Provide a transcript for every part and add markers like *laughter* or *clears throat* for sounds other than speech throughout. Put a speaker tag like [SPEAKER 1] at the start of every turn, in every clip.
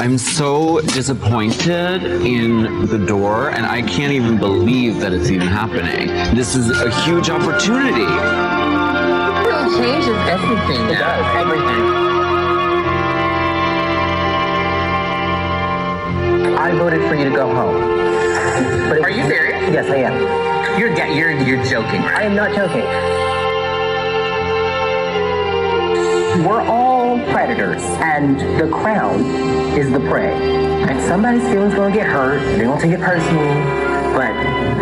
[SPEAKER 1] I'm so disappointed in the door, and I can't even believe that it's even happening. This is a huge opportunity.
[SPEAKER 2] It changes everything. It does everything. I voted for you to go home. But Are you serious? Yes, I am.
[SPEAKER 3] You're ga- you're you're joking, right?
[SPEAKER 2] I am not joking. We're all predators, and the crown is the prey. And somebody's feelings gonna get hurt. They won't take it personally, but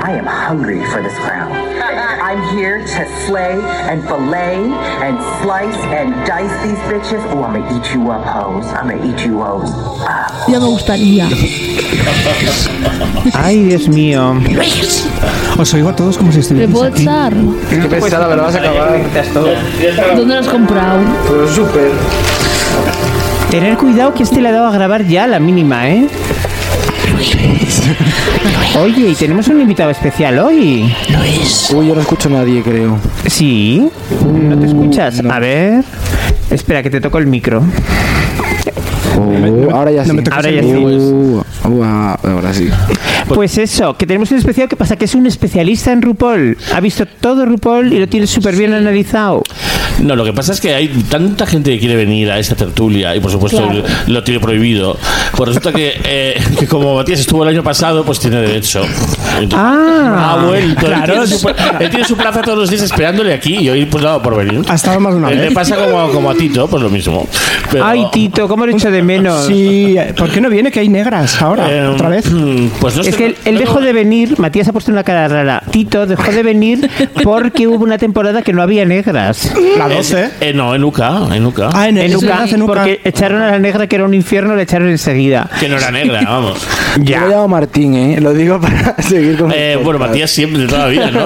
[SPEAKER 2] I am hungry for this crown. *laughs* I'm here to slay and fillet and slice and dice these bitches. Oh, I'm gonna eat you up, hoes. I'm gonna eat you, hoes. Ah.
[SPEAKER 4] Ya me gustaría.
[SPEAKER 5] Ay, Dios mío.
[SPEAKER 6] Pues
[SPEAKER 5] Os oigo a todos como si estuvierais aquí.
[SPEAKER 4] Reforzar.
[SPEAKER 7] Qué pesada, pero vas a acabar.
[SPEAKER 4] ¿Dónde lo has comprado?
[SPEAKER 7] Todo súper.
[SPEAKER 5] Tener cuidado que este le ha dado a grabar ya la mínima, ¿eh? Oye, y tenemos un invitado especial hoy.
[SPEAKER 7] Uy, yo no escucho a nadie, creo. Mm,
[SPEAKER 5] ¿Sí? ¿No te escuchas? A ver. Espera, que te toco el micro.
[SPEAKER 7] Uh, ahora ya sí.
[SPEAKER 5] toques Ahora el ya sí.
[SPEAKER 7] Uh, uh, ah, ahora sí.
[SPEAKER 5] Pues eso, que tenemos un especial que pasa que es un especialista en RuPaul. Ha visto todo RuPaul y lo tiene súper bien analizado.
[SPEAKER 8] No, lo que pasa es que hay tanta gente que quiere venir a esta tertulia y por supuesto
[SPEAKER 4] Claro.
[SPEAKER 8] lo tiene prohibido. Pues resulta que, eh, que como Matías estuvo el año pasado, pues tiene derecho. Entonces,
[SPEAKER 5] Ah.
[SPEAKER 8] ha vuelto.
[SPEAKER 5] Claro,
[SPEAKER 8] él, tiene su, él tiene su plaza todos los días esperándole aquí y hoy pues dado por venir.
[SPEAKER 6] Ha estado más de una
[SPEAKER 8] Eh, Le
[SPEAKER 6] vez.
[SPEAKER 8] pasa como, como a Tito, pues lo mismo. Pero-
[SPEAKER 5] Ay, Tito, ¿cómo lo he hecho de menos?
[SPEAKER 6] Sí, ¿por qué no viene? Que hay negras ahora,
[SPEAKER 8] Eh,
[SPEAKER 6] otra vez.
[SPEAKER 8] mm, Pues no
[SPEAKER 5] Es
[SPEAKER 8] sé,
[SPEAKER 5] que él, él
[SPEAKER 8] no-
[SPEAKER 5] dejó de venir, Matías ha puesto una cara rara. Tito dejó de venir porque hubo una temporada que no había negras.
[SPEAKER 6] La 12.
[SPEAKER 8] Eh, no, en UCA, en UCA.
[SPEAKER 6] Ah, en el
[SPEAKER 5] En Uca,
[SPEAKER 6] en Uca.
[SPEAKER 5] porque echaron a la negra que era un infierno, la echaron enseguida.
[SPEAKER 8] Que no era negra, vamos.
[SPEAKER 7] Yo me llamo Martín, ¿eh? Lo digo para *laughs* seguir con.
[SPEAKER 8] Eh, bueno, Matías siempre, toda la vida, ¿no?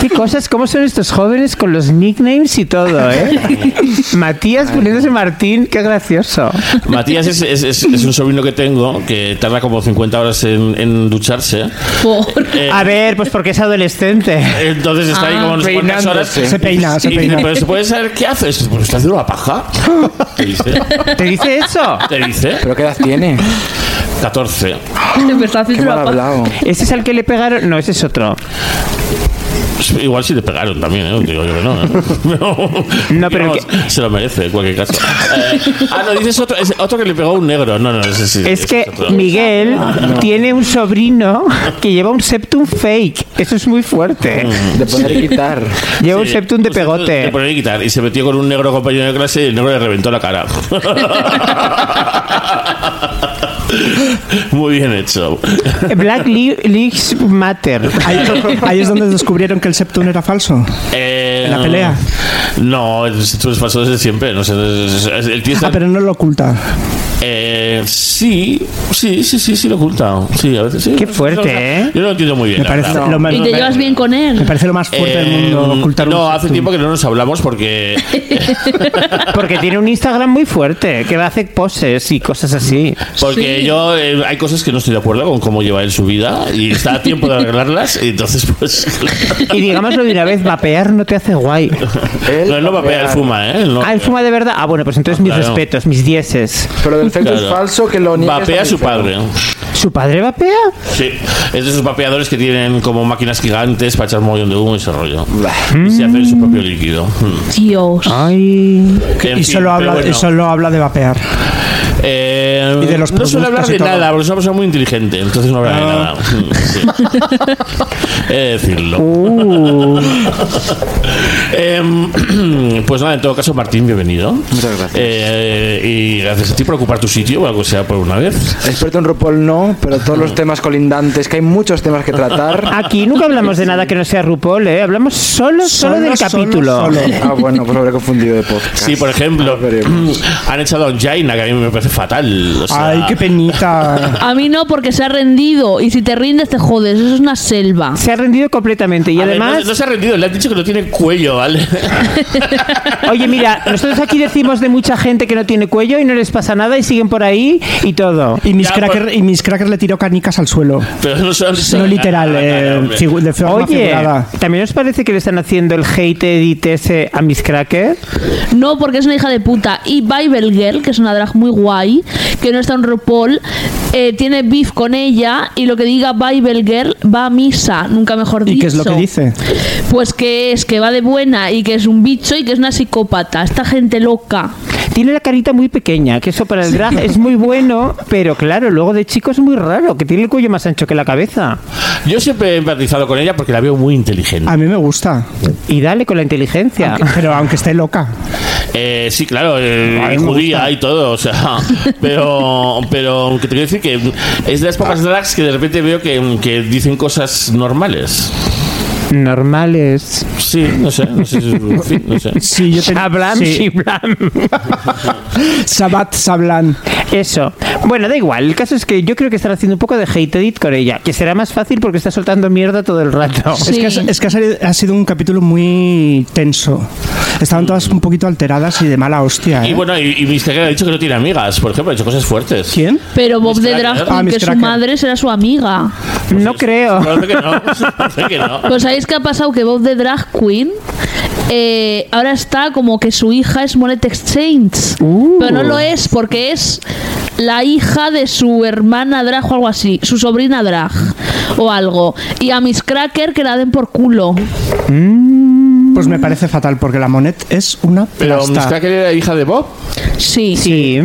[SPEAKER 5] Qué cosas, cómo son estos jóvenes con los nicknames y todo, ¿eh? Matías poniéndose Martín, qué gracioso.
[SPEAKER 8] *laughs* Matías es, es- es- es un sobrino que tengo que tarda como 50 horas en, en ducharse.
[SPEAKER 4] Por...
[SPEAKER 7] *laughs*
[SPEAKER 8] Eh,
[SPEAKER 5] A ver, pues porque es adolescente.
[SPEAKER 8] Entonces está ahí como unas cuantas horas.
[SPEAKER 6] Ah, Se peina, se
[SPEAKER 8] Y dice,
[SPEAKER 6] peina.
[SPEAKER 8] pero ¿se puede saber qué haces? Pues está haciendo una
[SPEAKER 6] *laughs*
[SPEAKER 8] paja. Te dice.
[SPEAKER 5] ¿Te dice eso?
[SPEAKER 8] Te dice.
[SPEAKER 7] ¿Pero qué edad tiene?
[SPEAKER 8] 14.
[SPEAKER 4] Me está
[SPEAKER 7] Qué
[SPEAKER 4] haciendo
[SPEAKER 7] mal
[SPEAKER 4] la paja.
[SPEAKER 7] hablado.
[SPEAKER 5] ¿Ese es al que le pegaron? No, ese es otro.
[SPEAKER 8] Pues Igual si le pegaron también, ¿eh? Digo yo
[SPEAKER 5] *laughs*
[SPEAKER 8] que no. ¿eh?
[SPEAKER 5] No, pero
[SPEAKER 8] Vamos, Se lo merece, en cualquier caso. Eh, ah, no, dices otro, es otro que le pegó a un negro. No, no, ese sí.
[SPEAKER 5] Es
[SPEAKER 8] ese
[SPEAKER 5] que
[SPEAKER 8] otro.
[SPEAKER 5] Miguel tiene un sobrino que lleva un septum fake. Eso es muy fuerte.
[SPEAKER 8] Mm.
[SPEAKER 7] De poder quitar.
[SPEAKER 5] Lleva un septum de
[SPEAKER 8] Sí, Pues un septum de
[SPEAKER 5] pegote.
[SPEAKER 8] poner y quitar. Y se metió con un negro compañero de clase y el negro le reventó
[SPEAKER 5] *laughs*
[SPEAKER 8] la cara. Muy bien hecho.
[SPEAKER 5] Black Li- Lives Matter.
[SPEAKER 6] Ahí, ahí es donde descubrieron que el septum era
[SPEAKER 8] *laughs*
[SPEAKER 6] falso.
[SPEAKER 8] Eh,
[SPEAKER 6] ¿En la pelea?
[SPEAKER 8] No, es- tú eres falso desde siempre. No sé, es- es- el tío está-
[SPEAKER 6] Ah, pero no lo oculta.
[SPEAKER 8] eh, sí, sí, sí, sí, sí, lo oculta. Sí, a veces sí.
[SPEAKER 5] Qué fuerte, ¿eh?
[SPEAKER 8] Yo no lo entiendo muy bien.
[SPEAKER 6] Me
[SPEAKER 8] la
[SPEAKER 6] parece,
[SPEAKER 8] verdad.
[SPEAKER 6] lo, más-
[SPEAKER 4] ¿Y te
[SPEAKER 6] me-
[SPEAKER 4] llevas bien con él?
[SPEAKER 6] me parece lo más fuerte del
[SPEAKER 8] Eh,
[SPEAKER 6] mundo ocultar un
[SPEAKER 8] no, hace
[SPEAKER 6] septum.
[SPEAKER 8] tiempo que no nos hablamos porque
[SPEAKER 5] Porque tiene un Instagram muy fuerte que hace poses y cosas así.
[SPEAKER 8] porque
[SPEAKER 4] Sí.
[SPEAKER 8] yo eh, hay cosas que no estoy de acuerdo con cómo lleva él su vida y está a tiempo de arreglarlas y entonces pues
[SPEAKER 5] Y digámoslo de una vez, vapear no te hace guay.
[SPEAKER 7] *laughs* Él
[SPEAKER 8] no, *laughs* él no vapea, él fuma, ¿eh? Él no-
[SPEAKER 5] Ah, él fuma de verdad. Ah, bueno, pues entonces mis
[SPEAKER 8] Claro.
[SPEAKER 5] respetos, mis dieces.
[SPEAKER 7] Pero del efecto es
[SPEAKER 8] Claro.
[SPEAKER 7] falso que lo niegue.
[SPEAKER 8] Vapea a su padre.
[SPEAKER 5] ¿Su padre vapea?
[SPEAKER 8] Sí. Es de esos vapeadores que tienen como máquinas gigantes para echar un montón de humo y ese rollo. Y se hace su propio líquido. Mm.
[SPEAKER 4] Dios.
[SPEAKER 5] Ay.
[SPEAKER 8] En
[SPEAKER 6] Y
[SPEAKER 8] fin,
[SPEAKER 6] solo,
[SPEAKER 8] pero
[SPEAKER 6] habla, y
[SPEAKER 8] bueno.
[SPEAKER 6] solo habla de vapear.
[SPEAKER 8] Eh,
[SPEAKER 6] y de los
[SPEAKER 8] no
[SPEAKER 6] productos
[SPEAKER 8] suele hablar
[SPEAKER 6] y
[SPEAKER 8] de
[SPEAKER 6] todo.
[SPEAKER 8] nada, porque es una persona muy inteligente, entonces no habla de
[SPEAKER 6] Ah.
[SPEAKER 8] nada.
[SPEAKER 6] *laughs*
[SPEAKER 8] Mm, sí. He de decirlo.
[SPEAKER 5] Uh.
[SPEAKER 8] Em, *clears throat* pues nada, en todo caso, Martín, bienvenido.
[SPEAKER 7] Muchas gracias.
[SPEAKER 8] Eh, y gracias a ti por ocupar tu sitio, o algo sea por una vez.
[SPEAKER 7] Experto en RuPaul no, pero todos los temas colindantes, que hay muchos temas que tratar.
[SPEAKER 5] Aquí nunca hablamos de nada que no sea RuPaul, ¿eh? Hablamos solo, solo, del capítulo.
[SPEAKER 6] solo.
[SPEAKER 8] *laughs*
[SPEAKER 7] Ah, bueno, pues lo habré confundido de podcast.
[SPEAKER 8] Sí, por ejemplo, *clears throat*
[SPEAKER 7] veremos.
[SPEAKER 8] han echado a Jaina, que a mí me parece fatal. o sea,
[SPEAKER 6] Ay, qué
[SPEAKER 8] *laughs*
[SPEAKER 6] penita.
[SPEAKER 4] A mí no, porque se ha rendido. Y si te rindes, te jodes. Eso es una selva.
[SPEAKER 5] Se ha rendido completamente. Y
[SPEAKER 8] a ver,
[SPEAKER 5] además,
[SPEAKER 8] no, no se ha rendido, le han dicho que no tiene cuello, ¿vale? *laughs*
[SPEAKER 5] oye, mira, nosotros aquí decimos de mucha gente que no tiene cuello y no les pasa nada y siguen por ahí y todo.
[SPEAKER 6] Y mis
[SPEAKER 8] Ya,
[SPEAKER 6] cracker,
[SPEAKER 8] pues-
[SPEAKER 6] y mis cracker le tiró canicas al suelo.
[SPEAKER 8] Pero *laughs* no, son-
[SPEAKER 6] No literal,
[SPEAKER 8] Ah,
[SPEAKER 6] eh,
[SPEAKER 8] hombre.
[SPEAKER 6] figu- de forma
[SPEAKER 5] Oye,
[SPEAKER 6] figurada.
[SPEAKER 5] ¿también os parece que le están haciendo el hate edit ese a mis crackers?
[SPEAKER 4] No, porque es una hija de puta. Y Bible Girl, que es una drag muy guay, que no está en RuPaul, eh, tiene beef con ella y lo que diga Bible Girl va a misa, nunca mejor dicho.
[SPEAKER 6] ¿Y qué es lo que dice?
[SPEAKER 4] Pues que es que va de buena y que es un bicho y que es una psicópata. Esta gente loca.
[SPEAKER 5] Tiene la carita muy pequeña, que eso para el drag es muy bueno, pero claro, luego de chico es muy raro, que tiene el cuello más ancho que la cabeza.
[SPEAKER 8] Yo siempre he empatizado con ella porque la veo muy inteligente.
[SPEAKER 6] A mí me gusta,
[SPEAKER 5] Y dale con la inteligencia.
[SPEAKER 6] pero aunque esté loca.
[SPEAKER 8] Eh, sí, claro, eh,
[SPEAKER 6] A mí me
[SPEAKER 8] judía
[SPEAKER 6] gusta.
[SPEAKER 8] y todo, o sea, pero, pero que te quiero decir que es de las pocas drags que de repente veo que, que dicen cosas normales.
[SPEAKER 5] Normales.
[SPEAKER 8] Sí, no sé, no sé, en fin, no sé.
[SPEAKER 6] *laughs* Sí, yo tenía.
[SPEAKER 5] Hablam, *laughs* shiblam.
[SPEAKER 6] Sabat Sablan.
[SPEAKER 5] Eso. Bueno, da igual. El caso es que yo creo que están haciendo un poco de hate edit con ella, que será más fácil porque está soltando mierda todo el
[SPEAKER 6] *laughs*
[SPEAKER 5] rato.
[SPEAKER 4] Sí.
[SPEAKER 6] Es que, ha- es que ha, salido- ha sido un capítulo muy tenso. Estaban todas un poquito alteradas y de mala hostia.
[SPEAKER 8] Y
[SPEAKER 6] ¿eh?
[SPEAKER 8] bueno, y, y Miss Cracker ha dicho que no tiene amigas, por ejemplo, ha dicho cosas fuertes.
[SPEAKER 6] ¿Quién?
[SPEAKER 4] Pero Bob
[SPEAKER 8] Miss
[SPEAKER 4] de
[SPEAKER 8] Cracker.
[SPEAKER 4] Drag,
[SPEAKER 6] Ah, Miss
[SPEAKER 4] que su
[SPEAKER 6] Cracker.
[SPEAKER 4] madre será su amiga.
[SPEAKER 5] No creo.
[SPEAKER 8] Parece que no, *laughs* parece que no.
[SPEAKER 4] Pues sabéis qué ha pasado que Bob de Drag Queen eh, ahora está como que su hija es Monet Exchange,
[SPEAKER 5] Uh.
[SPEAKER 4] pero no lo es porque es la hija de su hermana drag o algo así, su sobrina drag o algo. Y a Miss Cracker que la den por culo.
[SPEAKER 6] Pues me parece fatal porque la Monet es una
[SPEAKER 8] Pero Miss
[SPEAKER 6] plasta.
[SPEAKER 8] Cracker era hija de Bob.
[SPEAKER 4] Sí,
[SPEAKER 5] Sí.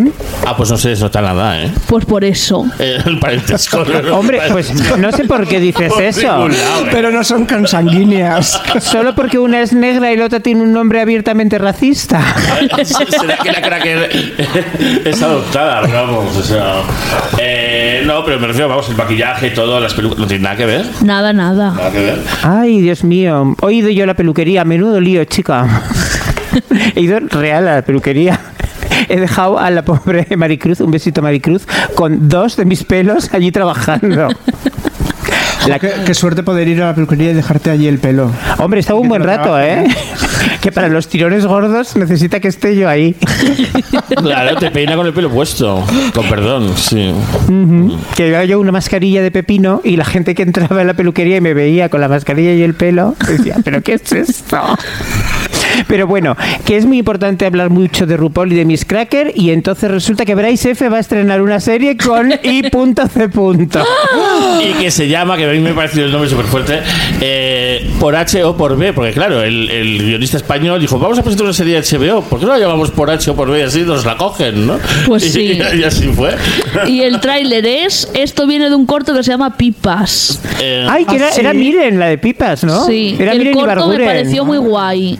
[SPEAKER 8] Ah, pues no se desnota nada, ¿eh?
[SPEAKER 4] pues por eso.
[SPEAKER 8] Eh, *laughs* El parentesco. ¿no?
[SPEAKER 5] Hombre, pues no sé por qué
[SPEAKER 6] *laughs*
[SPEAKER 5] dices
[SPEAKER 8] *laughs* Por
[SPEAKER 5] eso.
[SPEAKER 8] ningún lado, ¿eh?
[SPEAKER 6] Pero no son consanguíneas.
[SPEAKER 5] Solo porque una es negra y la otra tiene un nombre abiertamente racista.
[SPEAKER 8] *laughs* ¿Será que la cracker *laughs* es adoptada, vamos? O sea, eh, no, pero me refiero, vamos, el maquillaje, todo, las pelucas, no tiene nada que ver.
[SPEAKER 4] Nada, nada.
[SPEAKER 8] Nada que ver.
[SPEAKER 5] Ay, Dios mío. He ido yo a la peluquería. Menudo lío, chica. He ido real a la peluquería. He dejado a la pobre Maricruz, un besito Maricruz, con dos de mis pelos allí trabajando. La-
[SPEAKER 6] Qué, qué suerte poder ir a la peluquería y dejarte allí el pelo.
[SPEAKER 5] Hombre, estaba un buen rato, ¿eh? Que para los tirones gordos necesita que esté yo ahí.
[SPEAKER 8] Claro, te peina con el pelo puesto. Con perdón, sí.
[SPEAKER 5] Que llevaba yo una mascarilla de pepino y la gente que entraba en la peluquería y me veía con la mascarilla y el pelo, decía, ¿pero qué es esto? Pero bueno, que es muy importante hablar mucho de RuPaul y de Miss Cracker y entonces resulta que Bryce F va a estrenar una serie con I.C.
[SPEAKER 8] Y que se llama, que a mí me ha parecido el nombre súper fuerte, eh, por H o por B, porque claro, el, el guionista español dijo, vamos a presentar una serie de HBO, ¿por qué no la llamamos por H o por B? Y así nos la cogen, ¿no?
[SPEAKER 4] Pues
[SPEAKER 8] *laughs* Y-
[SPEAKER 4] sí.
[SPEAKER 8] Y, así fue.
[SPEAKER 4] Y el tráiler es, esto viene de un corto que se llama Pipas.
[SPEAKER 8] Eh,
[SPEAKER 5] Ay, que era,
[SPEAKER 6] Ah, sí.
[SPEAKER 5] era Miren, la de pipas, ¿no?
[SPEAKER 4] Sí,
[SPEAKER 5] era
[SPEAKER 4] el
[SPEAKER 5] Miren
[SPEAKER 4] corto me
[SPEAKER 5] Ibarguren.
[SPEAKER 4] pareció muy guay.